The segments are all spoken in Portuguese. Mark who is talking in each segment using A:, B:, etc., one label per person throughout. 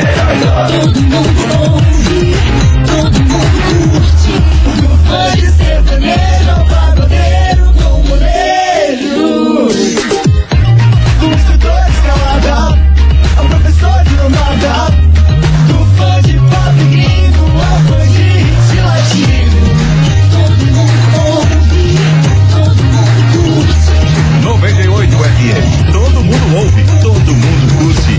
A: Todo mundo ouve, todo mundo curte. Pode sertanejo ao pagodeiro com molejo. Do instrutor escalada, ao é professor de lomada. Do fã de pop gringo ao fã de hit latino. Todo mundo ouve, todo mundo curte.
B: 98 FM. Todo mundo ouve, todo mundo curte.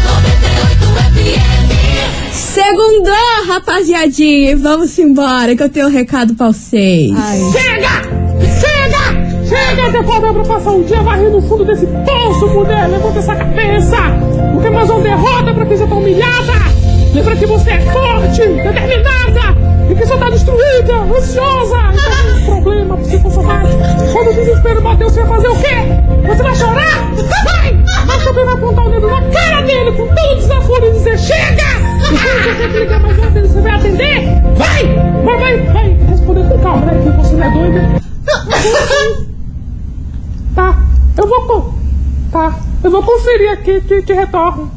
A: 98 FM.
C: Segunda, rapaziadinha, e vamos embora que eu tenho um recado pra vocês.
D: Chega! Chega! Chega de acordar pra passar um dia varrendo o fundo desse poço, mulher! Levanta essa cabeça! Não tem mais uma derrota pra quem já tá humilhada! Lembra que você é forte, determinada! E que só tá destruída, ansiosa! E tá com um problema psicossomático! Quando o desespero bateu, você vai fazer o quê? Você vai chorar? Vai! Mas também vai apontar o dedo na cara dele com todo desaforo e dizer chega! E quando você tem que ligar mais uma vez, você vai atender? Vai! Vai, vai, vai! Responder com calma, né? Que você não é doido. Tá, eu vou. co- Tá, eu vou conferir aqui que te retorno.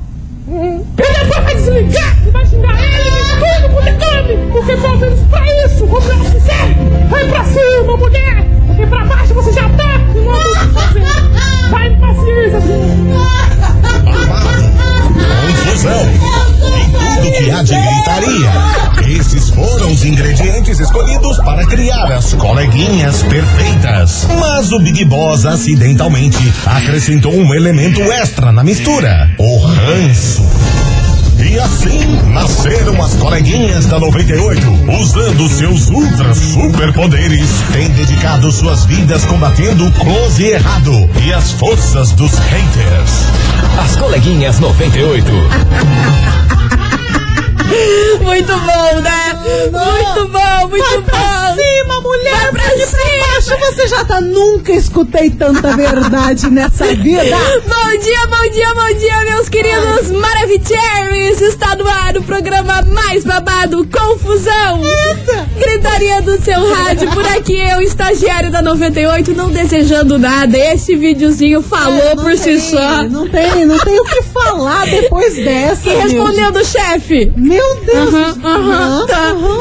D: Uhum. E depois vai desligar e vai xingar ele de tudo quanto é nome, Porque pelo menos pra isso você é sincero. Vai pra cima, mulher! Porque pra baixo você já tá e não tem o que fazer. Vai em paciência, gente.
B: Confusão. Tudo que há de gritaria. Esses foram os ingredientes escolhidos para criar as coleguinhas perfeitas. Mas o Big Boss acidentalmente acrescentou um elemento extra na mistura: o ranço. E assim nasceram as coleguinhas da 98, usando seus ultra superpoderes, têm dedicado suas vidas combatendo o close e errado e as forças dos haters.
E: As coleguinhas 98.
C: Muito bom, né? Muito bom, muito bom.
F: cima,
C: Vai
F: mulher!
C: pra
F: Acho
C: cima.
F: que você já tá. Nunca escutei tanta verdade nessa vida.
C: Bom dia, bom dia, bom dia, meus queridos Maravicheries! Está no ar o programa mais babado, Confusão! Gritaria do seu rádio, por aqui eu, estagiário da 98, não desejando nada. Esse videozinho falou
F: É, não
C: por si
F: tem,
C: só.
F: Não tem, não tem o que falar depois dessa.
C: E respondeu do chefe.
F: Meu Deus.
C: Aham, aham,
F: Nossa,
C: tá.
F: aham.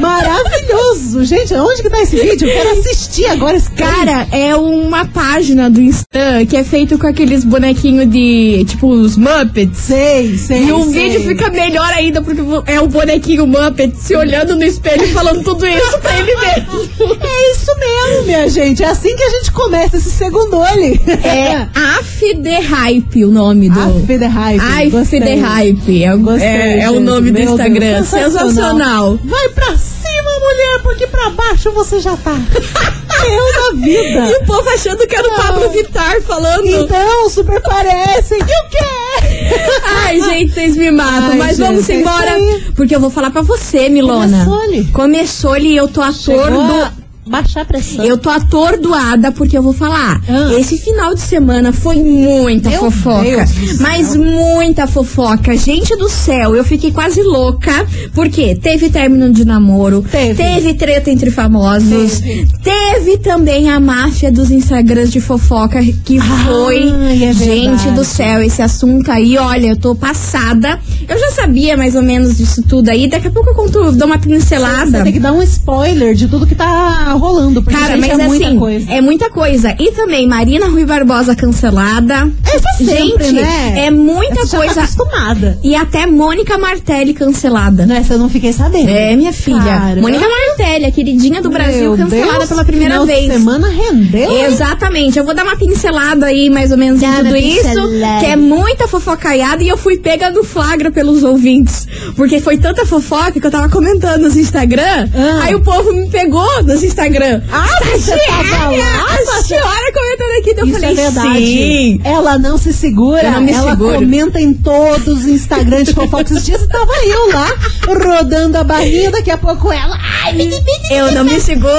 F: Maravilhoso. Gente, onde que tá esse vídeo? Eu quero assistir agora esse
C: Cara, é uma página do Insta que é feito com aqueles bonequinhos de. tipo, os Muppets.
F: Sei, sei.
C: E o
F: sei.
C: vídeo fica melhor ainda porque é o bonequinho Muppet se olhando no espelho e falando tudo isso pra ele mesmo.
F: É isso mesmo, minha gente. É assim que a gente começa esse segundo olho.
C: É Af the Hype o nome do.
F: Ai, Fê The Hype.
C: Ai,
F: é Gostei.
C: The Hype. É, o-
F: Gostei,
C: é, é o
F: gente.
C: nome do
F: Meu
C: Instagram.
F: Deus,
C: sensacional.
F: Vai pra cima, mulher, porque pra baixo você já tá. Eu da
C: E
F: vida.
C: o povo achando que era o Pablo Vittar falando.
F: Então, super parecem. E o quê?
C: Ai, gente, vocês me matam.
F: Ai,
C: mas
F: gente,
C: vamos
F: é isso
C: embora.
F: aí.
C: Porque eu vou falar pra você, Milona.
F: Começou-lhe.
C: Começou-lhe e eu tô atordoada.
F: Baixar a pressão.
C: Eu tô atordoada porque eu vou falar.
F: Ah.
C: Esse final de semana foi muita
F: Meu
C: fofoca.
F: Deus do
C: mas muita fofoca. Gente do céu, eu fiquei quase louca. Porque teve término de namoro,
F: Teve.
C: treta entre famosos, teve. também a máfia dos Instagrams de fofoca que foi.
F: é
C: gente
F: verdade.
C: do céu, esse assunto aí, olha, eu tô passada. Eu já sabia mais ou menos disso tudo aí. Daqui a pouco eu conto, dou uma pincelada.
F: Você tem que dar um spoiler de tudo que tá rolando, porque
C: Cara,
F: gente,
C: mas
F: é muita
C: assim,
F: coisa.
C: é muita coisa. E também Marina Rui Barbosa cancelada.
F: Essa é sempre,
C: Gente,
F: né?
C: é muita
F: Essa Já
C: coisa.
F: tá acostumada.
C: E até Mônica Martelli cancelada.
F: Não, essa eu não fiquei sabendo.
C: É, minha filha.
F: Cara.
C: Mônica Martelli, a queridinha do Brasil,
F: Meu
C: cancelada
F: Deus,
C: pela primeira
F: final de
C: vez.
F: semana rendeu. hein?
C: Exatamente, eu vou dar uma pincelada aí, mais ou menos, em
F: Dá
C: tudo
F: uma
C: isso,
F: pincelada.
C: que é muita fofocaiada e eu fui pega no flagra pelos ouvintes, porque foi tanta fofoca que eu tava comentando nos Instagram,
F: Ah.
C: aí o povo me pegou nos Instagram.
F: Ah, você tava lá,
C: a senhora comentando aqui, daí eu
F: Isso
C: falei,
F: é verdade.
C: sim.
F: Ela não se segura.
C: Eu não me
F: ela
C: seguro.
F: comenta em todos os Instagrams de fofoca. Esses dias estava eu lá, rodando a barriga. Daqui a pouco ela. Ai, me
C: Eu não me seguro,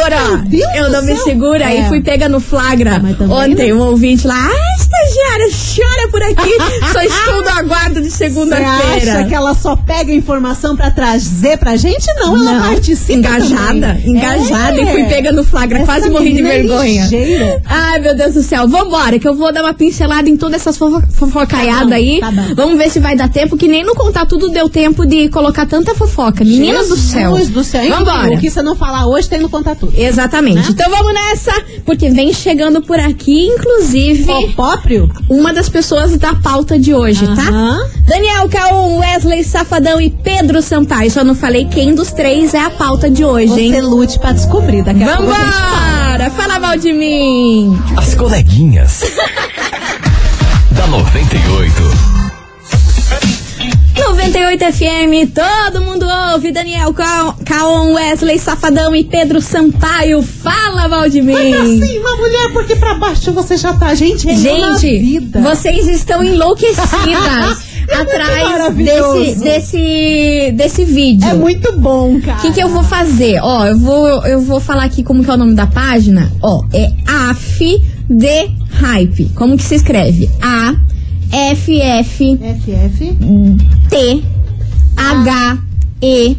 F: Deus
C: eu
F: do É. Ah,
C: não me segura e fui pega no flagra. Ontem um ouvinte lá, ah, estagiária, chora por aqui, só estou no aguardo de
F: Você acha
C: segunda-feira.
F: que ela só pega informação pra trazer pra gente? Não, ela
C: Não,
F: participa.
C: engajada,
F: também.
C: engajada e
F: É.
C: fui pega no flagra,
F: Essa
C: quase morri de
F: menina é
C: vergonha.
F: ligeira.
C: Ai, meu Deus do céu. Vambora, que eu vou dar uma pincelada em todas essas fofo fofocaiadas
F: Tá bom,
C: aí.
F: tá bom.
C: Vamos ver se vai dar tempo, que nem no contar tudo deu tempo de colocar tanta fofoca. Menina do céu.
F: Jesus do céu. E
C: Vambora.
F: O que Né? você não falar hoje tem no contar tudo.
C: Exatamente. Então vamos nessa, porque vem chegando por aqui, inclusive,
F: O próprio?
C: uma das pessoas da pauta de hoje, tá?
F: Aham.
C: Daniel Caon, Wesley Safadão e Pedro Sampaio. Só não falei quem dos três é a pauta de hoje,
F: Você
C: hein?
F: lute pra descobrir daqui a pouco. eu te falo.
C: Vambora! Fala mal de mim!
B: As coleguinhas. da 98.
C: 98 FM, todo mundo ouve. Daniel Ca- Caon, Wesley Safadão e Pedro Sampaio. Fala,
F: Pra
C: Valdemir.
F: cima, assim, mulher, porque pra baixo você já tá. Gente, é uma
C: Gente,
F: vida.
C: vocês estão enlouquecidas
F: É muito
C: atrás
F: maravilhoso.
C: desse, desse, desse vídeo.
F: É muito bom,
C: O
F: cara.
C: que, que eu vou fazer? Ó, eu vou, eu vou falar aqui como que é o nome da página. Ó, é AFD Hype. Como que se escreve? A F F
F: FF.
C: T H E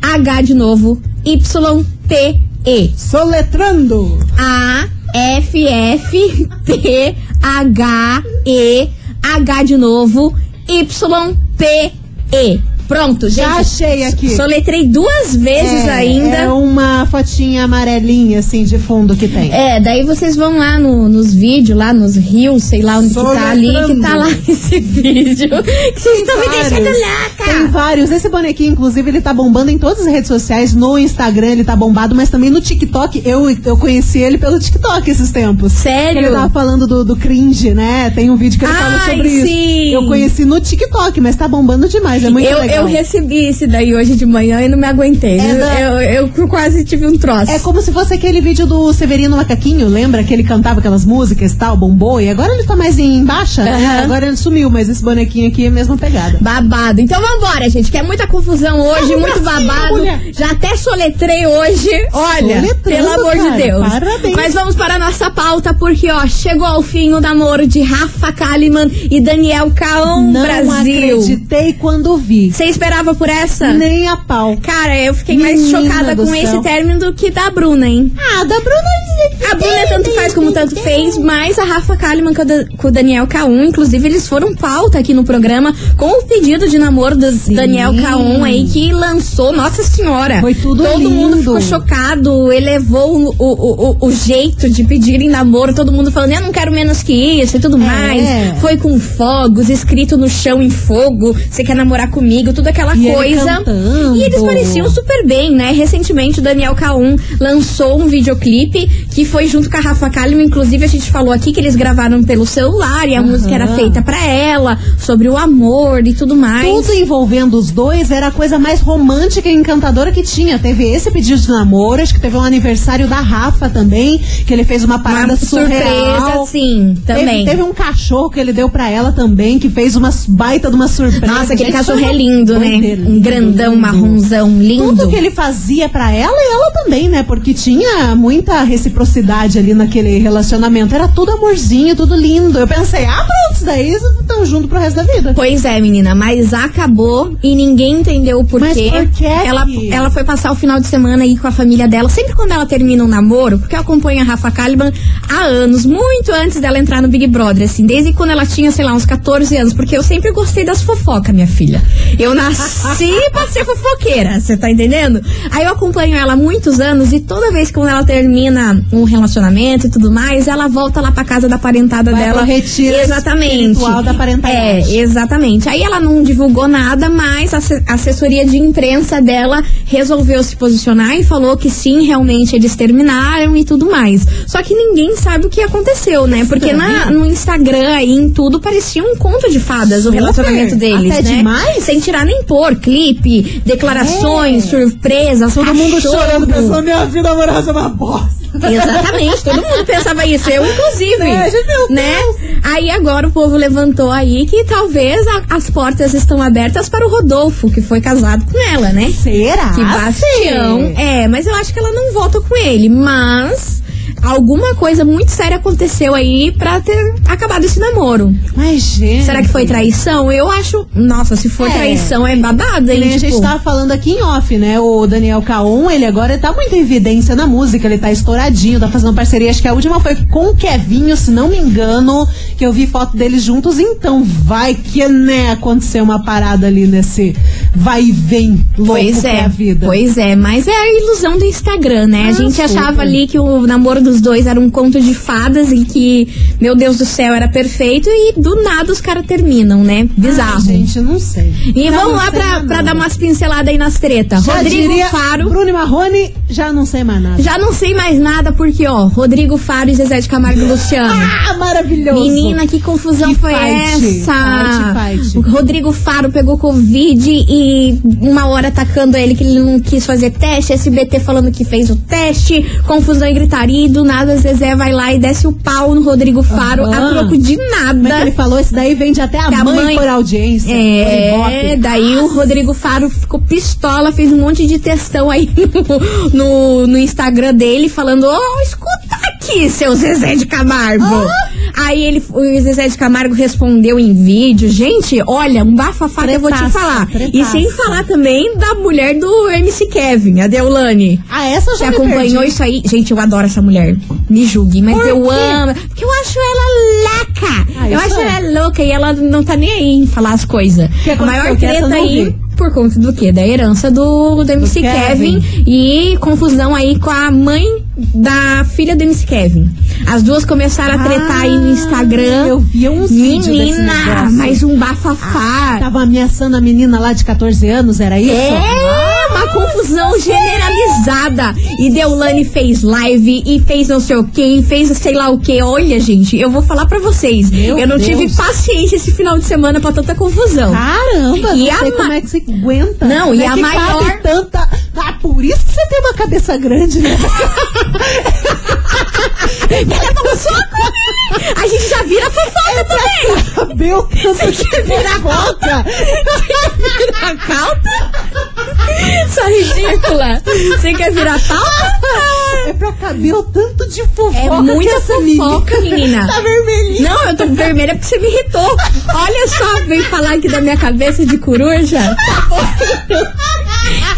C: H de novo Y T E
F: Soletrando.
C: A F F T H E H de novo Y T E Pronto, gente.
F: Já achei aqui.
C: Soletrei duas vezes
F: É,
C: ainda.
F: É uma fotinha amarelinha, assim, de fundo que tem.
C: É, daí vocês vão lá no- nos vídeos, lá nos rios, sei lá onde que tá ali, que tá lá esse vídeo. Que vocês estão me deixando
F: Tem
C: louca!
F: vários. Esse bonequinho, inclusive, ele tá bombando em todas as redes sociais. No Instagram ele tá bombado, mas também no TikTok. Eu, eu conheci ele pelo TikTok esses tempos.
C: Sério?
F: Ele tava falando do, do cringe, né? Tem um vídeo que ele fala
C: Ai,
F: sobre
C: sim.
F: isso. Eu conheci no TikTok, mas tá bombando demais. É muito
C: Eu,
F: legal.
C: eu recebi esse daí hoje de manhã e não me aguentei.
F: É
C: eu,
F: da-
C: eu- eu quase tive um troço.
F: É como se fosse aquele vídeo do Severino Macaquinho, lembra? Que ele cantava aquelas músicas e tal, bombou. E agora ele tá mais em baixa, né?
C: Aham.
F: Agora ele sumiu, mas esse bonequinho aqui é a mesma pegada.
C: Babado. Então vambora, gente, que é muita confusão hoje,
F: Vamos
C: muito
F: pra cima,
C: babado.
F: mulher.
C: Já até soletrei hoje. Olha,
F: Soletrando,
C: pelo amor
F: cara,
C: de Deus.
F: parabéns.
C: Mas vamos para a nossa pauta, porque, ó, chegou ao fim o namoro de Rafa Kalimann e Daniel Caon
F: Não
C: Brasil.
F: acreditei quando vi.
C: Você esperava por essa?
F: Nem a pau.
C: Cara, eu fiquei
F: Menina
C: mais chocada
F: do
C: com
F: céu.
C: esse término do que da Bruna, hein?
F: Ah, da Bruna.
C: A Bruna tanto faz como tanto fez, mas a Rafa Kalimann com a Da- com o Daniel Caon, inclusive eles foram pauta aqui no programa com o pedido de namoro do Daniel Caon aí que lançou, nossa senhora.
F: Foi tudo
C: Todo mundo ficou
F: lindo.
C: chocado, elevou o, o, o, o jeito de pedirem namoro, todo mundo falando, eu não quero menos que isso e tudo
F: É.
C: mais. Foi com fogos, escrito no chão em fogo, você quer namorar comigo, tudo aquela
F: E ele
C: coisa.
F: cantando.
C: e eles pareciam super bem, né? Recentemente o Daniel K1 lançou um videoclipe que foi junto com a Rafa Kalimann. Inclusive, a gente falou aqui que eles gravaram pelo celular e a música era feita pra ela, sobre o amor e tudo mais.
F: Tudo envolvendo os dois era a coisa mais romântica e encantadora que tinha. Teve esse pedido de namoro, acho que teve um aniversário da Rafa também, que ele fez uma parada
C: Uma
F: surreal.
C: surpresa, sim,
F: Teve-
C: também.
F: Teve, um cachorro que ele deu pra ela também, que fez uma baita de uma surpresa.
C: Nossa, aquele
F: Gente,
C: cachorro é
F: um foi
C: lindo, né?
F: lindo,
C: Um grandão,
F: lindo.
C: marronzão, lindo.
F: Tudo que ele fazia pra ela e ela também, né? Porque tinha muita reciprocidade ali naquele relacionamento. Era tudo amorzinho, tudo lindo. Eu pensei, ah, pronto, isso daí estão junto pro resto da vida.
C: Pois é, menina, mas acabou e ninguém entendeu o porquê.
F: Mas por quê?
C: Ela, ela foi passar o final de semana aí com a família dela. Sempre quando ela termina um namoro, porque eu acompanho a Rafa Kalimann há anos, muito antes dela entrar no Big Brother, assim, desde quando ela tinha, sei lá, uns 14 anos, porque eu sempre gostei das fofocas, minha filha. Eu nasci pra ser fofoqueira, você tá entendendo? Aí eu acompanho ela há muitos anos e toda vez que quando ela termina um relacionamento e tudo mais, ela volta lá pra casa da parentada
F: Vai pro
C: dela.
F: retiro
C: Exatamente.
F: espiritual da parentalidade.
C: É, Exatamente. Aí ela não divulgou nada, mas a asse- a assessoria de imprensa dela resolveu se posicionar e falou que sim, realmente eles terminaram e tudo mais. Só que ninguém sabe o que aconteceu, né? Porque na, no Instagram e em tudo parecia um conto de fadas o
F: Super.
C: relacionamento deles,
F: Até
C: né?
F: demais. É.
C: Sem tirar nem pôr, clipe, declarações, surpresas,
F: Todo mundo
C: cachorro.
F: chorando, pensando, minha vida amorosa é uma bosta.
C: Exatamente, todo mundo pensava isso, eu inclusive.
F: É, gente, meu
C: né? Aí agora o povo levantou aí que talvez a- as portas estão abertas para o Rodolfo, que foi casado com ela, né?
F: Será?
C: Que Bastião. É, mas eu acho que ela não volta com ele, mas alguma coisa muito séria aconteceu aí pra ter acabado esse namoro.
F: Mas, gente.
C: Será que foi traição? Eu acho, nossa, se for
F: É.
C: traição é babada, hein?
F: Ele, a
C: tipo,
F: gente tava falando aqui em off, né? O Daniel Caon, ele agora tá muito em evidência na música, ele tá estouradinho, tá fazendo parceria. Acho que a última foi com o Kevinho, se não me engano, que eu vi foto deles juntos. Então vai que, né, aconteceu uma parada ali nesse vai e vem louco
C: Pois é,
F: pra vida.
C: pois é, mas é a ilusão do Instagram, né? a
F: Ah,
C: gente
F: super.
C: achava ali que o namoro dos dois era um conto de fadas e que, meu Deus do céu, era perfeito e do nada os caras terminam, né? Bizarro.
F: Ai, Ah, gente, não sei.
C: E
F: Não,
C: vamos
F: não
C: lá
F: sei
C: pra,
F: mais
C: pra
F: não.
C: dar umas pinceladas aí nas tretas.
F: Já
C: Rodrigo
F: diria
C: Faro.
F: Bruno e Marrone, já não sei mais nada.
C: Já não sei mais nada porque, ó, Rodrigo Faro e Zezé de Camargo e Luciano.
F: Ah, maravilhoso!
C: Menina, que confusão
F: Que
C: foi
F: fight,
C: essa?
F: fight, fight.
C: O Rodrigo Faro pegou Covid e uma hora atacando ele que ele não quis fazer teste, SBT falando que fez o teste, confusão e gritaria, e do nada Zezé vai lá e desce o pau no Rodrigo Faro
F: Aham.
C: a troco de nada.
F: Como é que ele falou? Esse daí vende até a,
C: Que a
F: mãe,
C: mãe-
F: por audiência. por
C: É,
F: ibope.
C: daí o Rodrigo Faro ficou pistola, fez um monte de textão aí no, no, no Instagram dele, falando: Ô, escuta aqui, seu Zezé de Camargo. Aí ele, o Zezé de Camargo respondeu em vídeo. Gente, olha, um bafafá que eu vou te
F: Tretaça,
C: falar. E
F: tretaça.
C: sem falar também da mulher do MC Kevin, a Deolane.
F: Ah, essa eu
C: Você
F: já me perdi.
C: acompanhou isso aí? Gente, eu adoro essa mulher. Me julguem, mas
F: Por
C: eu
F: quê?
C: amo. Porque eu acho ela laca.
F: Ah,
C: eu
F: isso
C: acho
F: é.
C: ela louca e ela não tá nem aí em falar as coisas.
F: que
C: A maior
F: aconteceu? Que essa eu
C: treta
F: não
C: aí.
F: vi.
C: Por conta do quê? Da herança do, do MC Kevin.
F: Kevin.
C: E confusão aí com a mãe da filha do MC Kevin. As duas começaram a tretar aí no Instagram.
F: Ah, Eu vi uns vídeos desse
C: Menina,
F: negócio. Ah, tá
C: mais um bafafá.
F: Tava ameaçando a menina lá de 14 anos, era isso?
C: É uma confusão generalizada. E Deolane fez live e fez não sei o que, e fez sei lá o que. Olha, gente, eu vou falar pra vocês.
F: Meu
C: eu não
F: Deus.
C: tive paciência esse final de semana pra tanta confusão.
F: Caramba,
C: E
F: não
C: a
F: sei
C: ma-
F: como é que você aguenta.
C: Não,
F: Como
C: e
F: é
C: a
F: que
C: maior-
F: cabe tanta... Ah, por isso que você tem uma cabeça grande, né?
C: né? A gente já vira
F: É
C: fofoca também.
F: Cabelo tanto
C: Você quer virar
F: volta.
C: Virar pauta? Sua
F: é
C: ridícula. Você quer virar pauta?
F: É pra cabelo tanto de fofoca
C: É
F: que
C: muita
F: essa menina-
C: fofoca, menina.
F: Tá vermelhinha.
C: Não, eu tô vermelha porque você me irritou. Olha só, veio falar aqui da minha cabeça de coruja.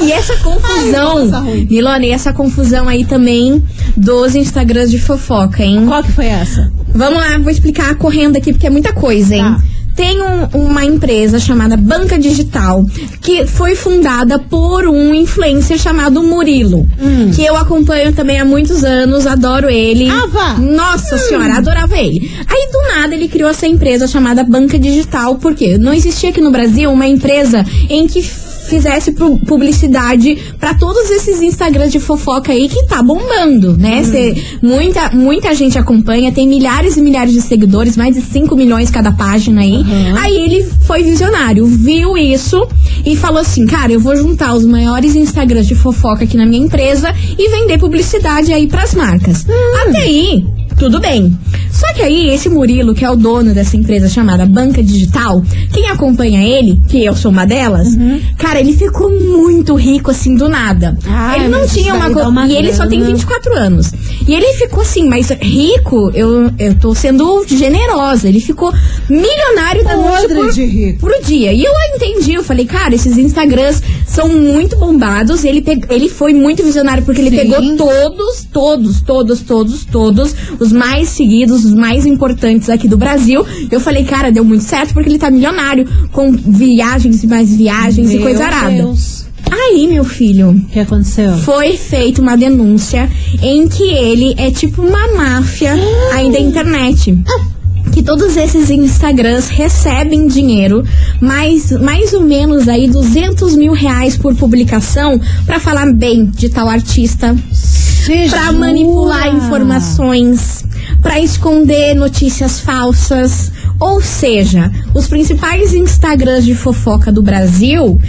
C: E essa
F: Ai,
C: confusão,
F: nossa, ruim.
C: Milone, essa confusão aí também dos Instagrams de fofoca, hein?
F: Qual que foi essa?
C: Vamos lá, vou explicar correndo aqui porque é muita coisa, hein?
F: Tá.
C: Tem um- uma empresa chamada Banca Digital que foi fundada por um influencer chamado Murilo,
F: Hum.
C: que eu acompanho também há muitos anos, adoro ele.
F: Ah, vá.
C: Nossa senhora, adorava ele. Aí do nada ele criou essa empresa chamada Banca Digital, porque não existia aqui no Brasil uma empresa em que fizesse pu- publicidade pra todos esses Instagrams de fofoca aí que tá bombando, né? Cê- muita, muita gente acompanha, tem milhares e milhares de seguidores, mais de 5 milhões cada página aí. Aí ele foi visionário, viu isso e falou assim: "Cara, eu vou juntar os maiores Instagrams de fofoca aqui na minha empresa e vender publicidade aí pras marcas".
F: Ah.
C: Até aí, tudo bem. Só que aí, esse Murilo, que é o dono dessa empresa chamada Banca Digital, quem acompanha ele, que eu sou uma delas,
F: Uhum.
C: cara, ele ficou muito rico assim do nada.
F: Ah,
C: ele não
F: mas
C: tinha
F: isso
C: uma,
F: aí dá
C: co-
F: uma
C: E ele só tem
F: grana.
C: 24 anos. E ele ficou assim, mas rico, eu, eu tô sendo generosa. Ele ficou milionário da noite
F: Podre
C: pro,
F: de rico.
C: pro dia. E eu entendi, eu falei, cara, esses Instagrams são muito bombados. Ele, pe- ele foi muito visionário porque ele
F: Sim.
C: pegou todos, todos, todos, todos, todos, os mais seguidos, os mais importantes aqui do Brasil. Eu falei, cara, deu muito certo porque ele tá milionário com viagens e mais viagens e
F: Meu
C: coisa arada.
F: Deus.
C: Aí, meu filho,
F: O que aconteceu?
C: foi feita uma denúncia em que ele é tipo uma máfia aí da internet. Que todos esses Instagrams recebem dinheiro, mais, mais ou menos aí 200 mil reais por publicação, pra falar bem de tal artista,
F: Jejua.
C: pra manipular informações, pra esconder notícias falsas. Ou seja, os principais Instagrams de fofoca do Brasil,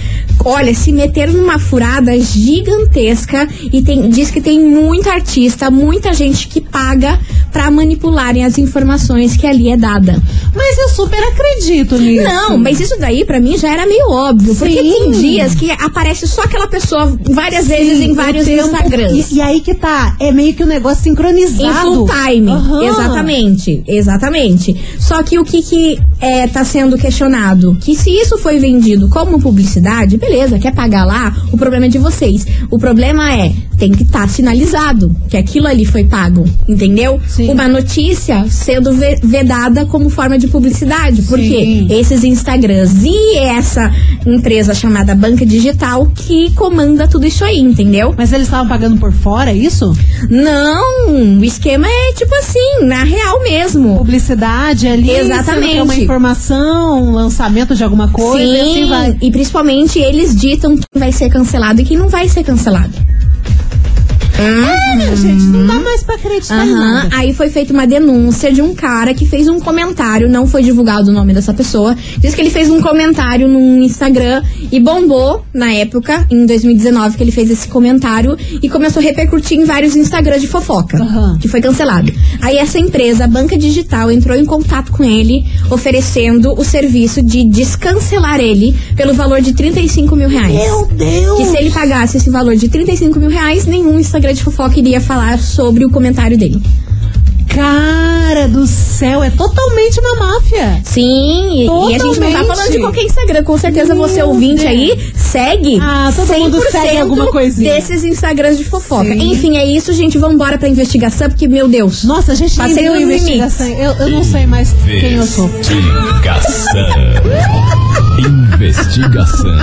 C: olha, se meteram numa furada gigantesca e tem- diz que tem muito artista, muita gente que paga pra manipularem as informações que ali é dada.
F: Mas eu super acredito nisso.
C: Não, mas isso daí pra mim já era meio óbvio. Porque
F: Sim.
C: tem dias que aparece só aquela pessoa várias vezes
F: Sim, um
C: em vários
F: o tempo-
C: Instagrams.
F: E, e aí que tá, é meio que um negócio sincronizado.
C: Em full time.
F: Aham.
C: Exatamente, exatamente. Só que o que que é, tá sendo questionado? Que se isso foi vendido como publicidade, beleza, quer pagar lá, o problema é de vocês. O problema é, tem que estar sinalizado que aquilo ali foi pago, entendeu?
F: Sim.
C: Uma notícia sendo ve- vedada como forma de publicidade, porque
F: Sim.
C: esses Instagrams e essa empresa chamada Banca Digital que comanda tudo isso aí, entendeu?
F: Mas eles estavam pagando por fora, é isso?
C: Não, o esquema é tipo assim, na real mesmo.
F: Publicidade ali,
C: Exatamente.
F: sendo que é uma informação, um lançamento de alguma coisa e assim vai.
C: e principalmente eles ditam quem vai ser cancelado e quem não vai ser cancelado.
F: Olha, gente, não dá mais pra acreditar em
C: Aham,
F: nada.
C: Aí foi feita uma denúncia de um cara que fez um comentário, não foi divulgado o nome dessa pessoa. Diz que ele fez um comentário no Instagram e bombou na época, em 2019, que ele fez esse comentário e começou a repercutir em vários Instagrams de fofoca,
F: Aham.
C: que foi cancelado. Aí essa empresa, a Banca Digital, entrou em contato com ele, oferecendo o serviço de descancelar ele pelo valor de 35 mil reais.
F: Meu Deus!
C: Que se ele pagasse esse valor de 35 mil reais, nenhum Instagram de fofoca iria falar sobre o comentário dele.
F: Cara do céu, é totalmente uma máfia.
C: Sim, e, e a gente não tá
F: Totalmente.
C: falando de qualquer Instagram. Com certeza
F: Meu
C: você ouvinte
F: Deus.
C: aí segue.
F: Ah, todo mundo
C: 100%
F: segue alguma coisinha.
C: Desses Instagrams de fofoca.
F: Sim.
C: Enfim, é isso, gente. Vambora pra investigação, porque, meu Deus.
F: Nossa, a gente
C: Passei
F: nem deu
C: dos
F: investigação. Eu, eu não sei mais quem eu sou.
E: Investigação. Investigação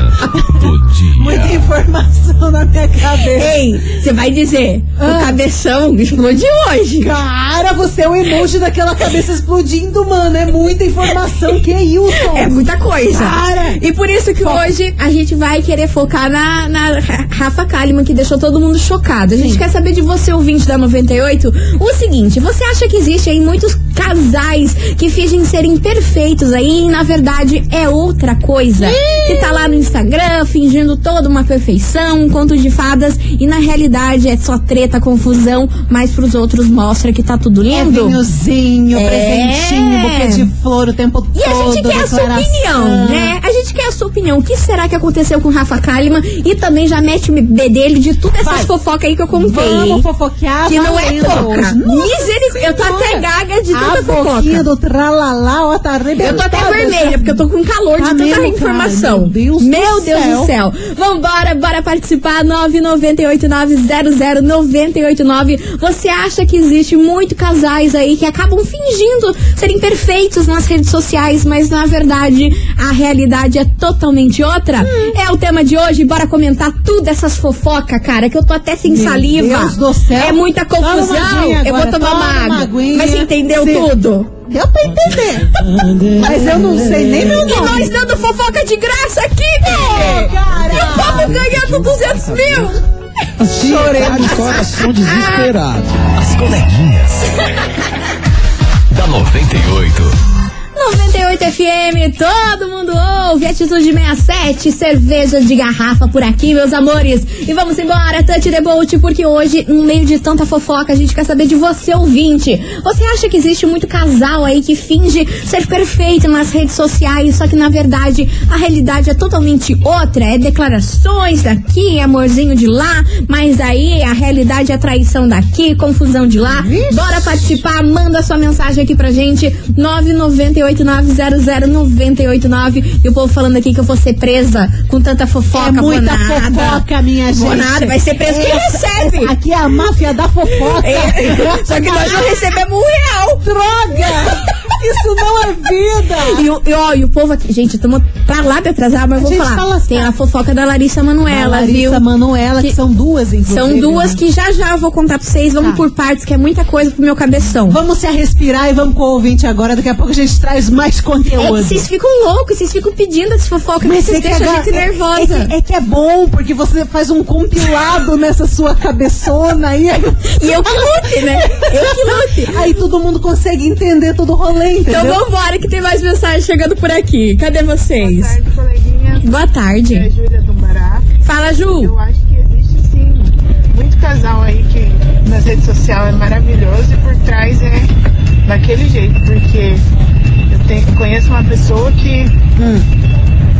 E: do
F: Muita
E: dia.
F: informação na minha cabeça.
C: Ei, você vai dizer,
F: Ah.
C: o cabeção explodiu hoje.
F: Cara, você é o emoji daquela cabeça explodindo, mano. É muita informação. Que isso?
C: É muita coisa.
F: Para.
C: E por isso que hoje a gente vai querer focar na, na Ra- Rafa Kalimann, que deixou todo mundo chocado. A gente quer saber de você, ouvinte da 98, o seguinte: você acha que existe aí muitos casais que fingem serem perfeitos aí e na verdade é outra coisa? Que tá lá no Instagram fingindo toda uma perfeição, um conto de fadas e na realidade é só treta, confusão, mas pros outros mostra que tá tudo
F: É
C: lindo?
F: vinhozinho,
C: É.
F: presentinho, buquê de flor o tempo
C: E
F: todo.
C: a gente quer a sua
F: declaração.
C: opinião, né? A gente quer a sua opinião. O que será que aconteceu com o Rafa Kalimann? E também já mete o bedelho de todas essas
F: Vai.
C: fofocas aí que eu contei.
F: Vamos
C: hein?
F: fofoquear.
C: que não é
F: valendo
C: pouca.
F: hoje. Nossa
C: Misericórdia. Eu tô
F: Senhora.
C: até gaga de
F: A
C: tanta
F: boquinha
C: fofoca.
F: do tralalá, ó, tá
C: Eu tô
F: arrebentada.
C: até vermelha, porque eu tô com calor de
F: Tá
C: tanta
F: mesmo, cara.
C: informação.
F: Meu Deus do
C: Meu Deus do céu. Vambora, bora participar. 998900989. Você acha que existe muito casais aí que acabam fingindo serem perfeitos nas redes sociais, mas na verdade a realidade é totalmente outra?
F: Hum.
C: É o tema de hoje. Bora comentar tudo essas fofocas, cara, que eu tô até sem
F: Meu
C: saliva.
F: Deus do céu.
C: É muita
F: Toma uma
C: confusão.
F: aguinha
C: eu vou
F: agora,
C: tomar
F: toma
C: uma
F: uma
C: água.
F: aguinha.
C: Mas você entendeu
F: Sim.
C: tudo?
F: Deu pra entender. Mas eu não sei nem meu
C: E
F: nome.
C: nós dando fofoca de graça aqui,
F: É,
C: Kiki!
F: cara.
C: E o povo ganhando 200 mil!
F: Chorei.
G: coração desesperado.
E: As coleguinhas. da 98.
C: Ah, 98 FM, todo mundo ouve! É Atitude 67, cervejas de garrafa por aqui, meus amores! E vamos embora, Touch the Bolt, porque hoje, no meio de tanta fofoca, a gente quer saber de você, ouvinte. Você acha que existe muito casal aí que finge ser perfeito nas redes sociais, só que na verdade a realidade é totalmente outra? É declarações daqui, é amorzinho de lá, mas aí a realidade é traição daqui, confusão de lá. Bora participar, manda sua mensagem aqui pra gente, 998900989. E o povo falando aqui que eu vou ser presa com tanta fofoca,
F: É muita
C: monada.
F: fofoca, minha gente.
C: Monada, vai ser preso quem
F: Essa-
C: recebe.
F: essa Aqui é a máfia da fofoca.
C: É, Só que nós não recebemos um real.
F: Droga! Isso não é vida!
C: E, o- e, ó, e o povo aqui, gente, estamos pra lá de atrasar, mas eu vou
F: gente
C: falar.
F: tá lascada.
C: Tem a fofoca da Larissa
F: A
C: Manoela, viu?
F: Larissa Manoela, que,
C: Que-
F: são duas, inclusive.
C: São duas
F: né?
C: que já já eu vou contar pra vocês. Vamos
F: Tá.
C: por partes, que é muita coisa pro meu cabeção.
F: Vamos se respirar e vamos com o ouvinte agora. Daqui a pouco a gente traz mais
C: É que
F: conteúdo.
C: vocês ficam loucos, vocês ficam pedindo as fofocas, mas vocês
F: é que
C: deixam a
F: agora-
C: gente
F: é-
C: nervosa.
F: É, que- é que é bom, porque você faz um compilado nessa sua cabeçona aí. é-
C: E eu que lute, né? Eu que lute.
F: Aí todo mundo consegue entender todo o rolê, entendeu?
C: Então vambora que tem mais mensagem chegando por aqui. Cadê vocês?
H: Boa tarde, coleguinha.
C: Boa tarde.
H: É a Júlia do Mará.
C: Fala, Ju.
H: Eu acho que existe sim muito casal aí que nas redes sociais é maravilhoso e por trás é daquele jeito, porque eu, tenho- eu conheço uma pessoa que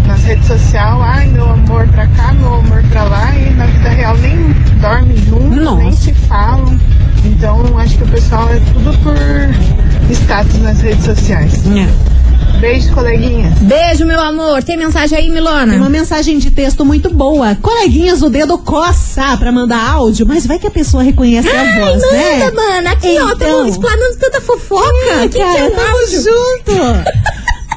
H: nas redes sociais, ai meu amor pra cá, meu amor pra lá, e na vida real nem dorme junto, nem
F: Nossa.
H: se falam. Então acho que o pessoal é tudo por status nas redes sociais. Beijo, coleguinha.
C: Beijo, meu amor. Tem mensagem aí,
F: Tem uma
C: Milona?
F: mensagem de texto muito boa. Coleguinhas, o dedo coça pra mandar áudio, mas vai que a pessoa reconhece a voz, né?
C: manda, mano. Aqui, ó,
F: Então.
C: tamo explanando tanta fofoca.
F: Ah,
C: O que, que é
F: cara,
C: um
F: tamo
C: áudio?
F: junto.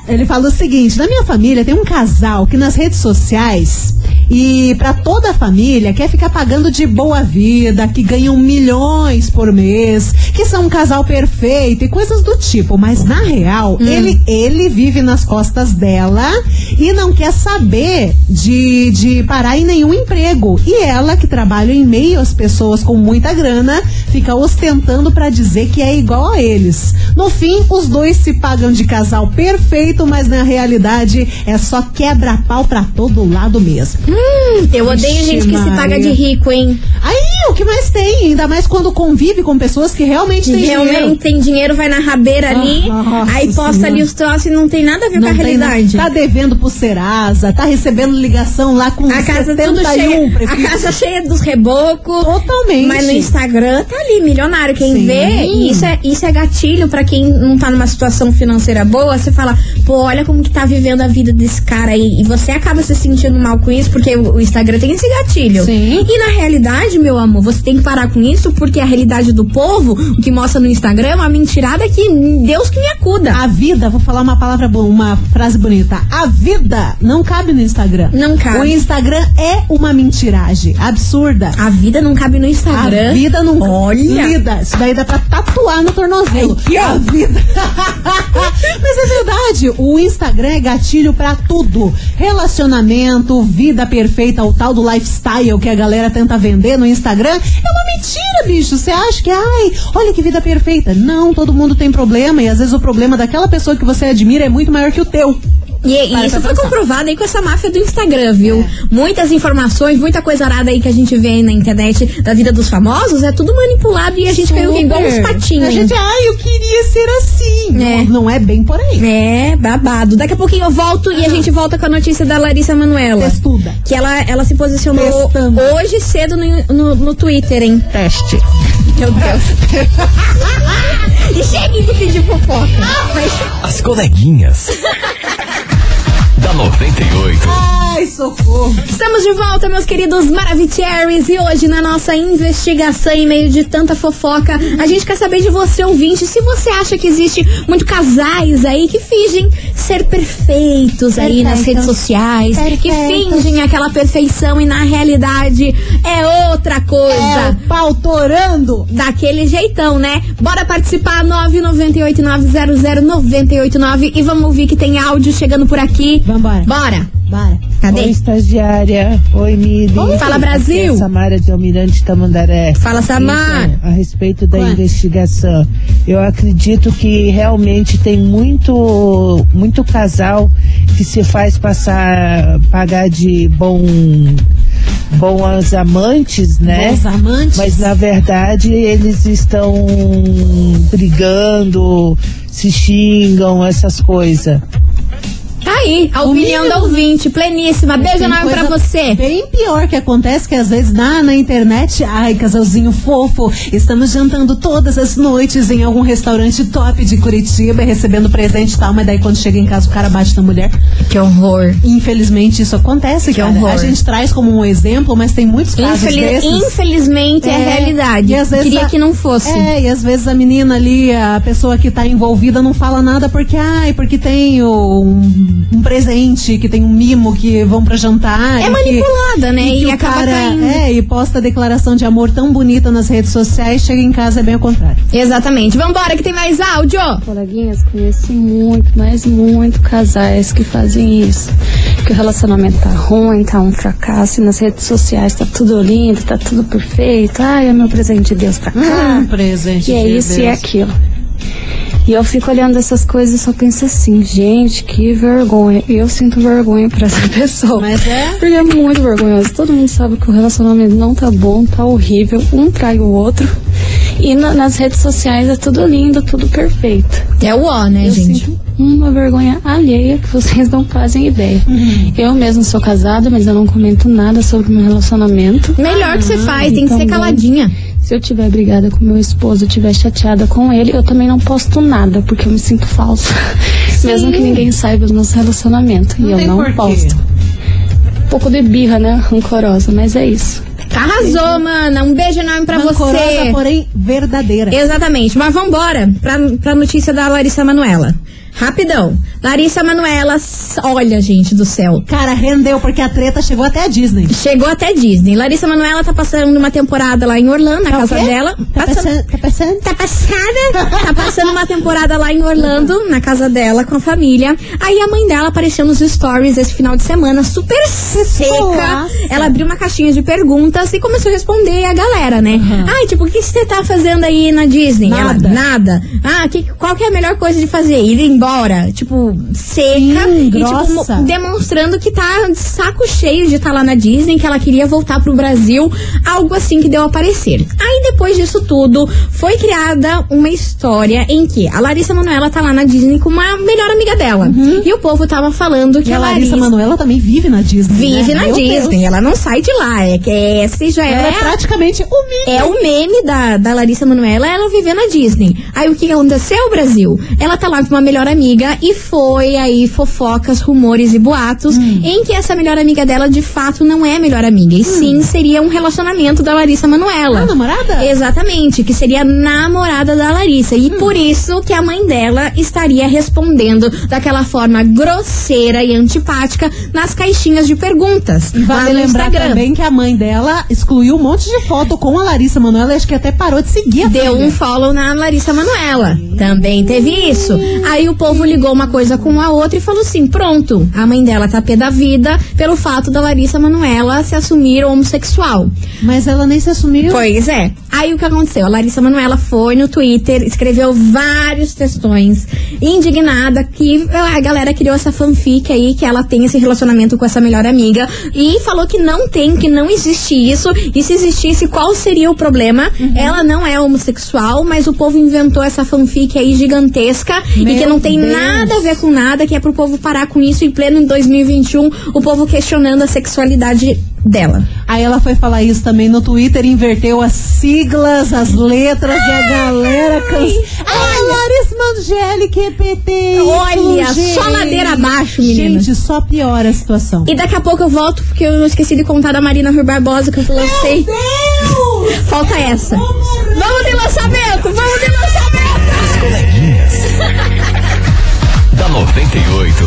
F: Ele fala o seguinte: na minha família tem um casal que nas redes sociais e pra toda a família quer ficar pagando de boa vida, que ganham milhões por mês, que são um casal perfeito e coisas do tipo. Mas na real,
C: Hum.
F: ele, ele vive nas costas dela e não quer saber de, de parar em nenhum emprego. E ela, que trabalha em meio às pessoas com muita grana, fica ostentando pra dizer que é igual a eles. No fim, os dois se pagam de casal perfeito, mas na realidade é só quebra-pau pra todo lado mesmo.
C: Eu odeio
F: Vixe,
C: gente que se paga
F: Maria.
C: de rico, hein?
F: Aí, o que mais tem? Ainda mais quando convive com pessoas que realmente têm
C: Que realmente
F: dinheiro. Ah,
C: tem dinheiro, vai na rabeira ali,
F: Nossa
C: aí posta
F: Senhora.
C: ali os troços e não tem nada a ver com a
F: Não tem nada.
C: realidade.
F: Tá devendo pro Serasa, tá recebendo ligação lá com
C: A casa é tudo
F: 71
C: cheia.
F: é prefeito.
C: A casa cheia dos rebocos.
F: Totalmente.
C: Mas no Instagram tá ali, milionário. Quem
F: Sim.
C: vê, e isso é, isso é gatilho pra quem não tá numa situação financeira boa. Você fala, pô, olha como que tá vivendo a vida desse cara aí. E você acaba se sentindo mal com isso, porque o o Instagram tem esse gatilho.
F: Sim.
C: E na realidade, meu amor, você tem que parar com isso, porque a realidade do povo, o que mostra no Instagram, é uma mentirada que hum, Deus que me acuda.
F: A vida, vou falar uma palavra boa, uma frase bonita. A vida não cabe no Instagram.
C: Não cabe.
F: O Instagram é uma mentiragem absurda.
C: A vida não cabe no
F: A
C: Instagram.
F: vida não
C: Olha.
F: Vida, isso daí dá pra tatuar no tornozelo. a vida. Mas é verdade, o Instagram é gatilho pra tudo. Relacionamento, vida perfeita, o tal do lifestyle que a galera tenta vender no Instagram. É uma mentira, bicho. Você acha que, ai, olha que vida perfeita. Não, todo mundo tem problema e às vezes o problema daquela pessoa que você admira é muito maior que o teu.
C: E, e
F: Para
C: isso
F: pra É.
C: foi
F: pensar.
C: comprovado aí com essa máfia do Instagram, viu? Muitas informações, muita coisa arada aí que a gente vê aí na internet da vida dos famosos, é tudo manipulado e a gente caiu igual uns patinhos.
F: A gente, ai, eu queria ser assim.
C: É.
F: Não, não é bem por aí.
C: É, babado. Daqui a pouquinho eu volto e a gente volta com a notícia da Larissa Manoela.
F: Testuda.
C: Que ela, ela se posicionou
F: Testando.
C: hoje cedo no, no, no Twitter, hein? Teste. Meu Deus. e cheguei de pedir fofoca.
E: As coleguinhas. da 98.
F: Ai, socorro.
C: Estamos de volta, meus queridos Maravicheries, e hoje na nossa investigação em meio de tanta fofoca, a gente quer saber de você, ouvinte, se você acha que existe muito casais aí que fingem ser perfeitos aí nas
F: Perfeitos.
C: redes sociais, que
F: Perfeitos.
C: fingem aquela perfeição e na realidade é outra
F: É,
C: coisa.
F: o pau torando.
C: Daquele jeitão, né? Bora participar 998900989 e vamos ouvir que tem áudio chegando por aqui.
F: Vambora.
C: Bora.
F: Bora.
C: Cadê?
H: Oi, estagiária. Oi, Miri.
C: Oi. Fala, Brasil.
H: Aqui é a Samara de Almirante Tamandaré.
C: Fala, Samar.
H: Então, a respeito da
F: Ué.
H: investigação, eu acredito que realmente tem muito, muito casal que se faz passar, pagar de bom, bons amantes, né?
F: Bons amantes.
H: Mas na verdade eles estão brigando, se xingam, essas coisas.
C: Tá aí, a
F: O
C: opinião
F: mínimo,
C: da
F: né?
C: ouvinte, pleníssima. Beijo
F: Tem
C: enorme pra
F: coisa
C: você.
F: Bem pior que acontece que às vezes dá na internet. Ai, casalzinho fofo, estamos jantando todas as noites em algum restaurante top de Curitiba e recebendo presente e tal, mas daí quando chega em casa o cara bate na mulher.
C: Que horror.
F: Infelizmente isso acontece,
C: Que
F: cara.
C: horror.
F: A gente traz como um exemplo, mas tem muitos casos
C: Infeli-
F: desses.
C: Infelizmente é, a realidade.
F: e às vezes
C: Queria
F: a-
C: que não fosse.
F: É, e às vezes a menina ali, a pessoa que tá envolvida, não fala nada porque, ai, porque tem o- um, um presente, que tem um mimo que vão pra jantar.
C: É
F: e que-
C: manipulada, né?
F: que
C: E
F: o
C: acaba caindo.
F: É, e posta declaração de amor tão bonita nas redes sociais, chega em casa é bem ao contrário.
C: Exatamente. Vambora, que tem mais áudio.
I: Coleguinhas, conheci muito, mas muito casais que fazem isso. Que o relacionamento tá ruim, tá um fracasso, e nas redes sociais tá tudo lindo, tá tudo perfeito. Ai, é meu presente de Deus pra
C: Ah,
I: cá.
F: Hum, presente.
I: E é
F: de
I: isso e é
F: Deus.
I: aquilo. E eu fico olhando essas coisas e só penso assim, gente, que vergonha. Eu sinto vergonha pra essa pessoa.
F: Mas é?
I: Porque é muito vergonhoso. Todo mundo sabe que o relacionamento não tá bom, tá horrível. Um trai o outro. E na- nas redes sociais é tudo lindo, tudo perfeito.
C: É o ó, né,
I: Eu
C: gente?
I: sinto uma vergonha alheia que vocês não fazem ideia.
F: Uhum.
I: Eu mesmo sou casada, mas eu não comento nada sobre o meu relacionamento.
C: Melhor que você faz, tem que
I: então
C: ser
I: bom.
C: caladinha.
I: Se eu tiver brigada com meu esposo, eu tiver chateada com ele, eu também não posto nada, porque eu me sinto falsa. Mesmo que ninguém saiba do nosso relacionamento. e eu
F: tem
I: não
F: porquê.
I: posto. Um pouco de birra, né? Rancorosa, mas é isso.
C: Arrasou, mana. Um beijo enorme pra
F: é Rancorosa,
C: você.
F: porém verdadeira.
C: Exatamente. Mas vambora pra, pra notícia da Larissa Manuela. Rapidão. Larissa Manuela, s- olha, gente do céu.
F: Cara, rendeu porque a treta chegou até a Disney.
C: Chegou até Disney. Larissa Manuela tá passando uma temporada lá em Orlando, na
F: Tá o
C: casa
F: quê?
C: dela.
F: Tá passando? Tá passando?
C: Tá passada? Tá passando uma temporada lá em Orlando, na casa dela, com a família. Aí a mãe dela apareceu nos stories esse final de semana, super seca.
F: Nossa.
C: Ela abriu uma caixinha de perguntas e começou a responder a galera, né? Ai, tipo, o que você tá fazendo aí na Disney?
F: Nada.
C: Ela, nada. Ah, que, qual que é a melhor coisa de fazer? Ir embora. Tipo, seca.
F: Sim,
C: e, tipo,
F: grossa.
C: mo- demonstrando que tá de saco cheio de estar lá na Disney, que ela queria voltar pro Brasil, algo assim que deu a aparecer. Aí depois disso tudo, foi criada uma história em que a Larissa Manoela tá lá na Disney com uma melhor amiga dela. E o povo tava falando que
F: Uhum. E
C: a
F: a Larissa
C: Larissa,
F: Manoela também vive na Disney.
C: vive
F: né?
C: na
F: Meu
C: Disney,
F: Deus.
C: ela não sai de lá, é que essa já
F: Ela
C: é
F: é
C: a
F: praticamente o mínimo.
C: é o meme da, da Larissa Manoela, ela viver na Disney. Aí o que aconteceu, Brasil? Ela tá lá com uma melhor amiga e foi aí fofocas, rumores e boatos
F: Hum.
C: em que essa melhor amiga dela de fato não é a melhor amiga. E sim, seria um relacionamento da Larissa Manoela.
F: Ah, namorada?
C: Exatamente, que seria a namorada da Larissa.
F: Hum.
C: E por isso que a mãe dela estaria respondendo daquela forma grosseira e antipática nas caixinhas de perguntas. lá
F: Vale
C: no
F: lembrar
C: Instagram.
F: também que a mãe dela excluiu um monte de foto com a Larissa Manoela. Acho que até parou de seguir a
C: Deu
F: filha.
C: um follow na Larissa Manoela. Também teve isso. Aí o povo ligou uma coisa com a outra e falou assim: pronto, a mãe dela tá pé da vida pelo fato da Larissa Manoela se assumir homossexual.
F: Mas ela nem se assumiu.
C: Pois é. Aí o que aconteceu? A Larissa Manoela foi no Twitter, escreveu vários textões, indignada que ah, a galera criou essa fanfic aí que ela tem esse relacionamento com essa melhor amiga e falou que não tem, que não existe isso e se existisse, qual seria o problema? Ela não é homossexual, mas o povo inventou essa fanfic aí gigantesca e que
F: Meu
C: não tem
F: Deus.
C: nada a ver com nada, que é pro povo parar com isso em pleno 2021, o povo questionando a sexualidade dela.
F: Aí ela foi falar isso também no Twitter, inverteu as siglas, as letras e a galera cansa. Ah, Larissa Mangeli, que PT.
C: Olha, só ladeira abaixo, menina.
F: Gente, só piora a situação.
C: E daqui a pouco eu volto, porque eu esqueci de contar da Marina Rui Barbosa que eu lancei. Falta essa. Vamos de lançamento! Vamos de lançamento!
E: Coleguinhas. da 98.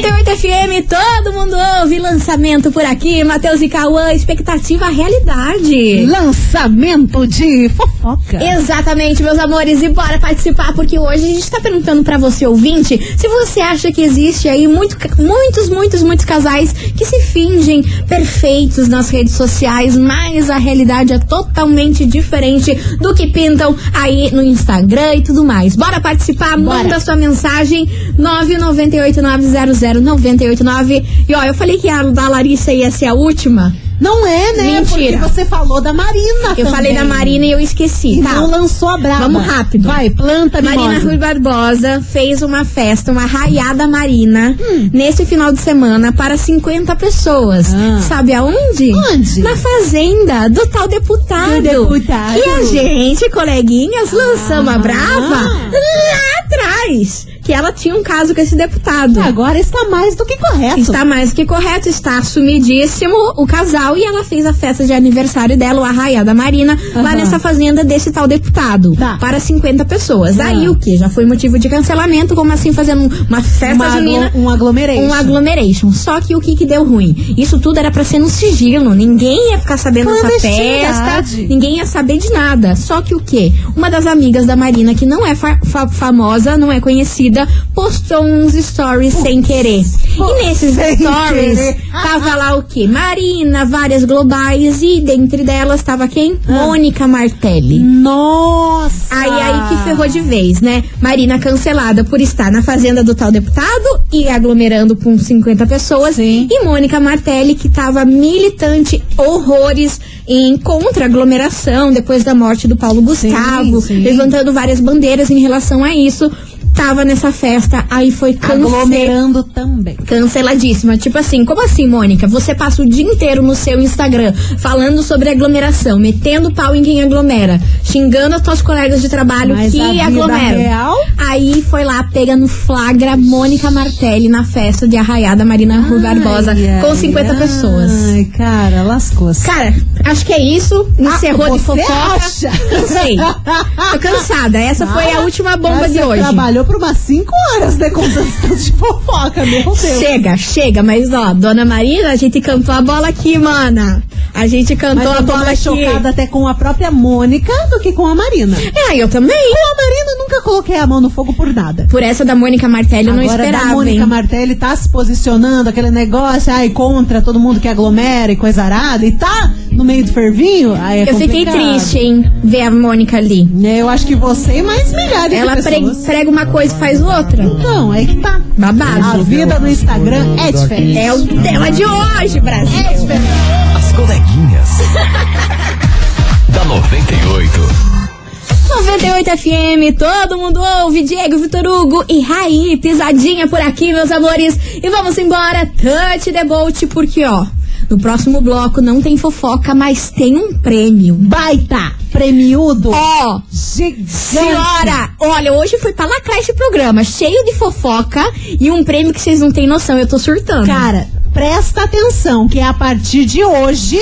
C: 98 FM, todo mundo ouve lançamento por aqui. Matheus e Cauã, expectativa, realidade.
F: Lançamento de fofoca.
C: Exatamente, meus amores, e bora participar porque hoje a gente tá perguntando pra você ouvinte se você acha que existe aí muito, ca- muitos, muitos, muitos casais que se fingem perfeitos nas redes sociais, mas a realidade é totalmente diferente do que pintam aí no Instagram e tudo mais. Bora participar, manda sua mensagem 998900989. E ó, eu falei que a da Larissa ia ser a última.
F: Não é, né?
C: Mentira.
F: Porque você falou da Marina.
C: Eu falei da Marina e eu esqueci.
F: E
C: tá.
F: não lançou a braba.
C: Vamos rápido.
F: Vai, planta,
C: Marina
F: mimosa.
C: Rui Barbosa fez uma festa, uma raiada marina,
F: Hum.
C: nesse final de semana para 50 pessoas. Sabe aonde?
F: Ah. Onde?
C: Na fazenda do tal deputado.
F: Do deputado. Ah.
C: E a gente, coleguinhas, lançamos a brava lá atrás. Que ela tinha um caso com esse deputado.
F: Agora está mais do que correto.
C: Está mais que correto, está assumidíssimo o casal e ela fez a festa de aniversário dela, o Arraia da Marina, lá
F: Aham.
C: nessa fazenda desse tal deputado.
F: Tá.
C: Para 50 pessoas.
F: Ah.
C: Aí o que? Já foi motivo de cancelamento, como assim fazendo um- uma festa
F: Uma aglo-
C: junina.
F: um aglomeration.
C: Um aglomeration. Só que o que que deu ruim? Isso tudo era pra ser no sigilo. Ninguém ia ficar sabendo dessa festa.
F: Clandestinidade.
C: Ninguém ia saber de nada. Só que o que? Uma das amigas da Marina, que não é fa- fa- famosa, não é conhecida, postou uns stories sem querer. E nesses
F: sem
C: stories
F: querer.
C: tava lá o que? Marina, várias globais e dentre delas tava quem?
F: Ah.
C: Mônica Martelli.
F: Nossa!
C: Aí, aí que ferrou de vez, né? Marina cancelada por estar na fazenda do tal deputado e aglomerando com 50 pessoas.
F: Sim.
C: E Mônica Martelli, que tava militante horrores em contra a aglomeração depois da morte do Paulo Gustavo,
F: sim.
C: levantando várias bandeiras em relação a isso. Tava nessa festa, aí foi cancelada
F: Aglomerando também.
C: canceladíssima. Tipo assim, como assim, Mônica? Você passa o dia inteiro no seu Instagram falando sobre aglomeração, metendo pau em quem aglomera, xingando as tuas colegas de trabalho
F: Mas
C: que
F: a vida
C: aglomeram.
F: real?
C: Aí foi lá, pega no flagra Mônica Martelli na festa de arraiada Marina Rui Barbosa
F: Ai,
C: com
F: ai,
C: 50 pessoas.
F: Ai, cara, lascou-se.
C: Cara, acho que é isso. Encerrou de
F: Ah, você
C: fofoca.
F: acha? Ah,
C: Cansei. Tô cansada. Essa foi a última bomba
F: Mas
C: de
F: você
C: hoje.
F: Trabalhou por umas 5 horas, né? Contando tanto de fofoca, meu Deus.
C: Chega, chega, mas ó, dona Marina, a gente cantou a bola aqui, mana. A gente
F: Mas
C: cantou a
F: eu tô
C: bola
F: mais
C: aqui.
F: chocada até com a própria Mônica do que com a Marina.
C: É, eu também.
F: Com a Marina, eu nunca coloquei a mão no fogo por nada.
C: Por essa da Mônica Martelli eu não
F: Agora,
C: esperava.
F: da Mônica
C: hein?
F: Martelli tá se posicionando, aquele negócio, ai, contra todo mundo que aglomera e coisa arada, e tá no meio do fervinho, aí é
C: eu fiquei
F: complicado.
C: triste, hein, ver a Mônica ali.
F: Né, Eu acho que você e mais milhares
C: Ela
F: de
C: pre-
F: pessoas.
C: prega uma coisa e faz outra.
F: Então, é que tá. A
C: Babado.
F: vida no Instagram é diferente.
C: É o tema de hoje, Brasil.
F: É.
E: As coleguinhas. da 98.
C: 98 FM, todo mundo ouve, Diego Vitor Hugo e Raí, pisadinha por aqui, meus amores. E vamos embora, Touch the Bolt, porque ó, no próximo bloco não tem fofoca, mas tem um prêmio.
F: Baita, premiudo,
C: Ó,
F: tá. é gigante.
C: senhora, olha, hoje foi pra lacrar esse programa, cheio de fofoca e um prêmio que vocês não têm noção, eu tô surtando.
F: Cara, presta atenção que é a partir de hoje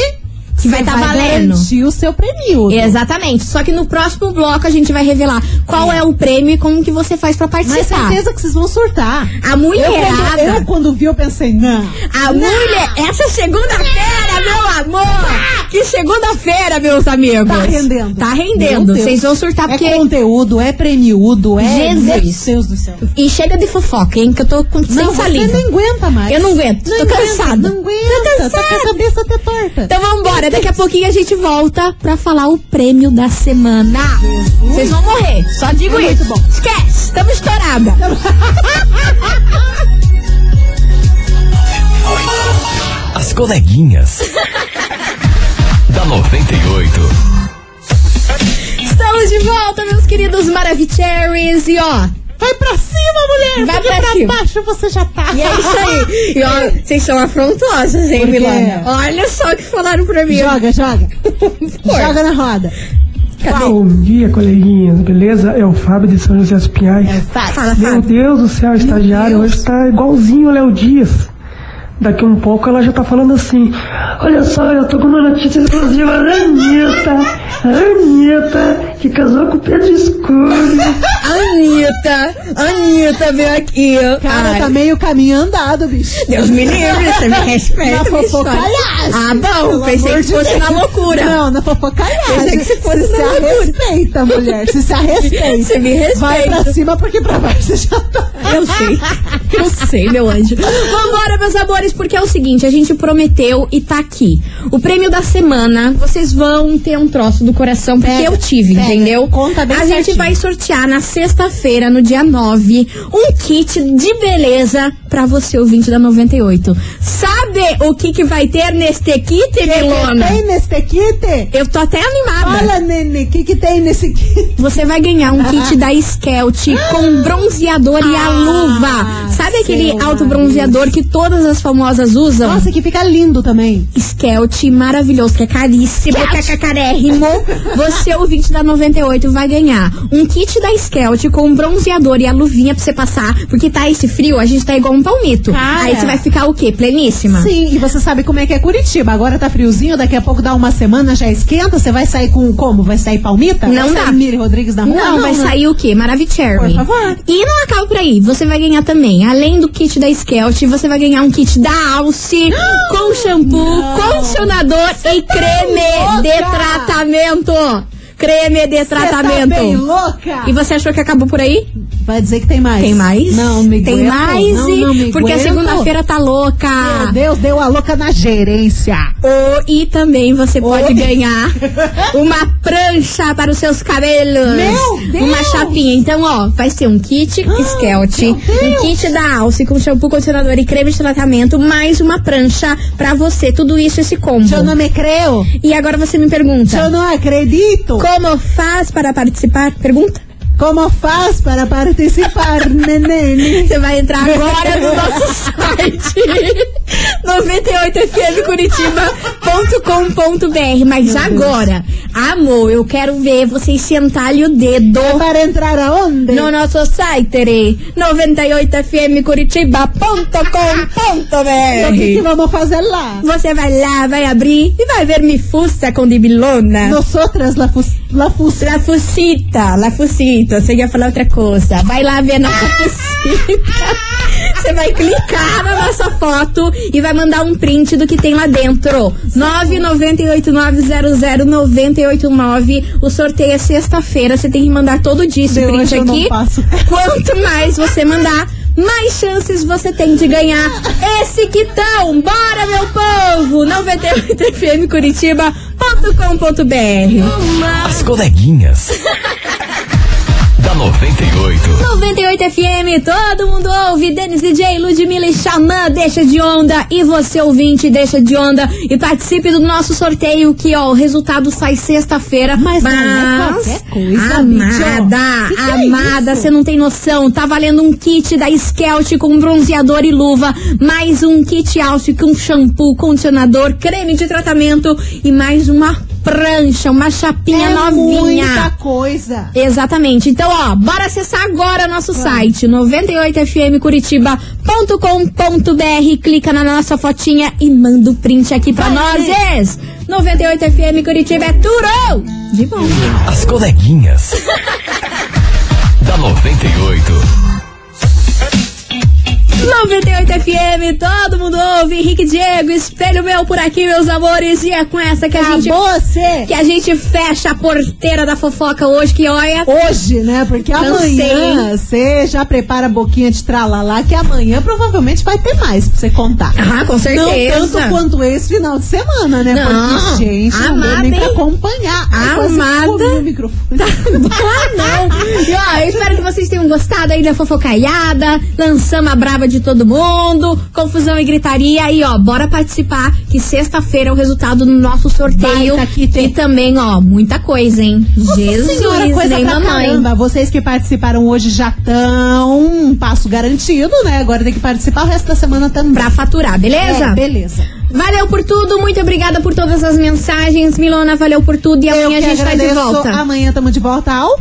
C: Que vai
F: você
C: tá valendo. É.
F: garantir o seu prêmio.
C: Exatamente, só que no próximo bloco a gente vai revelar qual é o prêmio e como que você faz pra
F: Mas
C: participar.
F: certeza que vocês vão surtar.
C: A
F: Eu
C: mulherada.
F: quando, eu, quando vi, eu pensei, não. tá
C: A mulher, essa é segunda-feira, meu amor! Que segunda-feira, meus amigos!
F: Tá rendendo.
C: Tá rendendo.
F: Meu Deus.
C: Vocês vão surtar
F: É
C: porque.
F: conteúdo, é premiudo, é.
C: Jesus.
F: Meu Deus do céu.
C: E chega de fofoca, hein? Que eu tô com... sem
F: não,
C: saliva.
F: você não aguenta mais.
C: Eu não aguento, tô
F: aguenta,
C: cansada.
F: Não aguenta,
C: Tô cansada.
F: tá com a cabeça até torta.
C: Então vambora, daqui a pouquinho a gente volta pra falar o prêmio da semana. Vocês vão morrer, só digo
F: É
C: isso.
F: muito bom.
C: Esquece, tamo estourada.
E: As coleguinhas. da 98.
C: Estamos de volta, meus queridos Maravicheries. E ó,
F: Vai pra cima, mulher!
C: Vai
F: porque
C: pra
F: pra
C: cima.
F: baixo você já tá.
C: E é isso aí. E ó, vocês são afrontosos, hein,
F: Por quê?
C: Milana? Olha só o que falaram pra mim.
F: Joga, joga. joga na roda.
C: Cadê?
J: Bom dia, coleguinhas, beleza? É o Fábio de São José dos Pinhais.
C: Fala,
J: Meu
C: Fábio.
J: Deus do céu, a estagiária hoje tá igualzinho o Léo Dias. Daqui um pouco ela já tá falando assim: Olha só, eu tô com uma notícia exclusiva da Anitta. A Anitta, que casou com o Pedro Escuro.
C: Anitta, Anitta veio aqui.
F: Cara,
C: Ai,
F: tá meio caminho andado, bicho.
C: Deus me livre, você me
F: Na
C: respeita. bicho.
F: fofocalhagem.
C: Ah, bom,
F: Pelo
C: pensei
F: amor
C: que
F: de
C: fosse
F: Deus.
C: na loucura.
F: Não, na fofocalhagem.
C: Pensei que se fosse
F: se,
C: na loucura.
F: arrespeita, mulher. Se se arrespeita.
C: Você me
F: Vai
C: respeita.
F: pra cima porque pra baixo você já tá.
C: Eu sei, eu sei, meu anjo. Vambora, meus amores. Amores, porque é o seguinte, a gente prometeu e tá aqui. O prêmio da semana, vocês vão ter um troço do coração, porque eu tive,
F: pega.
C: entendeu?
F: Conta bem
C: A gente
F: certinho.
C: vai sortear na sexta-feira, no dia 9, um kit de beleza pra você, ouvinte da 98. Sabe o que que vai ter neste kit, Milona?
F: tem neste kit?
C: Eu tô até animada.
F: Fala, Nene, o que, que tem nesse kit?
C: Você vai ganhar
F: Ah,
C: um kit da Skelt com bronzeador e a luva. Sabe aquele autobronzeador que todas as famosas usam?
F: Nossa, que fica lindo também.
C: Skelt maravilhoso, que é caríssimo, cacacarérrimo. Você, ouvinte da 98, vai ganhar um kit da Skelt com bronzeador e a luvinha pra você passar. Porque tá esse frio, a gente tá igual um palmito.
F: Cara.
C: Aí você vai ficar o quê? Pleníssima?
F: Sim, e você sabe como é que é Curitiba. Agora tá friozinho, daqui a pouco dá uma semana, já esquenta. Você vai sair com como? Vai sair palmita?
C: Não
F: vai
C: dá.
F: Sair Miri Rodrigues na rua?
C: Não, vai
F: né?
C: sair o quê? Maravicherry.
F: Por favor.
C: E não acaba por aí. Você vai ganhar também, além do kit da Skelt, você vai ganhar um kit da Alce com shampoo, condicionador e creme
F: tá louca?
C: de tratamento. Creme de
F: Cê
C: tratamento.
F: Tá bem louca?
C: e você achou que acabou por aí?
F: Vai dizer que tem mais?
C: Tem mais?
F: Não, me
C: Tem
F: aguento.
C: mais,
F: Não,
C: e-
F: não me
C: porque a
F: aguento.
C: segunda-feira tá louca.
F: Meu Deus, deu a louca na gerência.
C: Ou- e também você pode
F: Oi.
C: ganhar uma prancha para os seus cabelos.
F: Meu Deus! Ah,
C: Uma chapinha. Então, ó, vai ser um kit Skelt, um kit da Alce com shampoo, condicionador e creme de tratamento, mais uma prancha pra você. Tudo isso, esse combo.
F: Eu não me creio.
C: E agora você me
F: Eu
C: pergunta,
F: não acredito.
C: como faz para participar? Pergunta.
F: Como faz para participar, neném?
C: Você vai entrar agora no nosso site 98fmcuritiba.com.br. Mas agora, amor, eu quero ver vocês sentarem o dedo
F: Para entrar aonde?
C: no nosso site 98fmcuritiba.com.br.
F: O que, que vamos fazer lá?
C: Você vai lá, vai abrir e vai ver me fusta com debilona.
F: Nós outras lá, fus- lá fus-
C: La Fucita, La Fucita, você ia falar outra coisa. Vai lá ver a nossa Fucita. Você vai clicar na nossa foto e vai mandar um print do que tem lá dentro. 998900989. O sorteio é sexta-feira, você tem que mandar todo dia esse
F: De
C: print
F: hoje eu não
C: aqui.
F: passo.
C: Quanto mais você mandar, mais chances você tem de ganhar esse quitão. Bora, meu povo! 98fmcuritiba.com.br
E: As coleguinhas. da 98.
C: 98 FM, todo mundo ouve. Denis DJ, Ludmilla e Xamã, deixa de onda. E você, ouvinte, deixa de onda. E participe do nosso sorteio, que ó, o resultado sai sexta-feira. né?
F: Mas não é qualquer coisa,
C: amada,
F: Mitchell. Que que é
C: amada,
F: isso?
C: você não tem noção. Tá valendo um kit da Skelt com bronzeador e luva, mais um kit Alce com shampoo, condicionador, creme de tratamento e mais uma prancha, uma chapinha
F: é
C: novinha.
F: muita coisa.
C: Exatamente. Então, ó, bora acessar agora nosso site 98fmcuritiba.com.br, clica na nossa fotinha e manda o print aqui pra nós. 98fm Curitiba é tudo de bom.
E: As coleguinhas. da 98.
C: 98fm, todo mundo ouve. Henrique Diego, espelho meu por aqui, meus amores. E é com essa que a gente
F: Você
C: que a gente fecha a porteira da fofoca hoje que olha
F: hoje, né? Porque
C: Não
F: amanhã você já prepara a boquinha de tralalá que amanhã provavelmente vai ter mais pra você contar.
C: Ah, com certeza.
F: Não tanto quanto esse final de semana, né?
C: Não.
F: Porque, gente, não deu
C: Amada,
F: nem pra
C: hein?
F: acompanhar. Ai, quase
C: Amada.
F: comi o microfone.
C: Ah, não. E, ó, eu espero que vocês tenham gostado aí da fofocaiada, lançamos a braba de todo mundo, confusão e gritaria. E, ó, bora participar, que sexta-feira é o resultado do nosso sorteio.
F: Baita que tem.
C: e também, ó, muita coisa, hein? Jesus,
F: Senhora, coisa
C: nem
F: pra
C: mamãe.
F: caramba. Vocês que participaram hoje já estão um passo garantido, né? Agora tem que participar o resto da semana também.
C: Pra faturar, beleza?
F: É, beleza.
C: Valeu por tudo, muito obrigada por todas as mensagens. Milona, valeu por tudo e amanhã a
F: Eu que
C: gente tá de
F: agradeço.
C: volta.
F: Amanhã estamos de volta ao...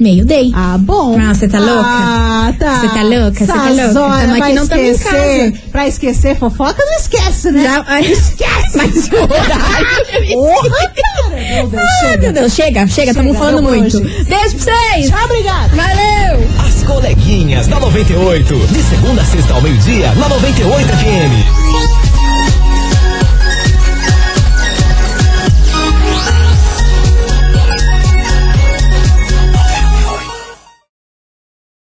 C: Meio day.
F: Ah, bom.
C: Ah, você tá louca?
F: Ah, tá.
C: Você tá louca? Você tá
F: Essas
C: louca?
F: horas
C: Tamo aqui,
F: pra
C: não tamo em
F: esquecer- Pra esquecer fofoca, não esquece, né?
C: Já, ah, esquece! Mas o horário.
F: Porra, cara. Meu Deus,
C: Ah,
F: chega.
C: meu Deus, chega, chega, estamos
F: Chega,
C: falando
F: deu pra
C: muito.
F: hoje.
C: Beijo pra vocês!
F: Tchau, obrigada.
C: Valeu!
E: As coleguinhas da 98. De segunda a sexta ao meio-dia, na 98 FM.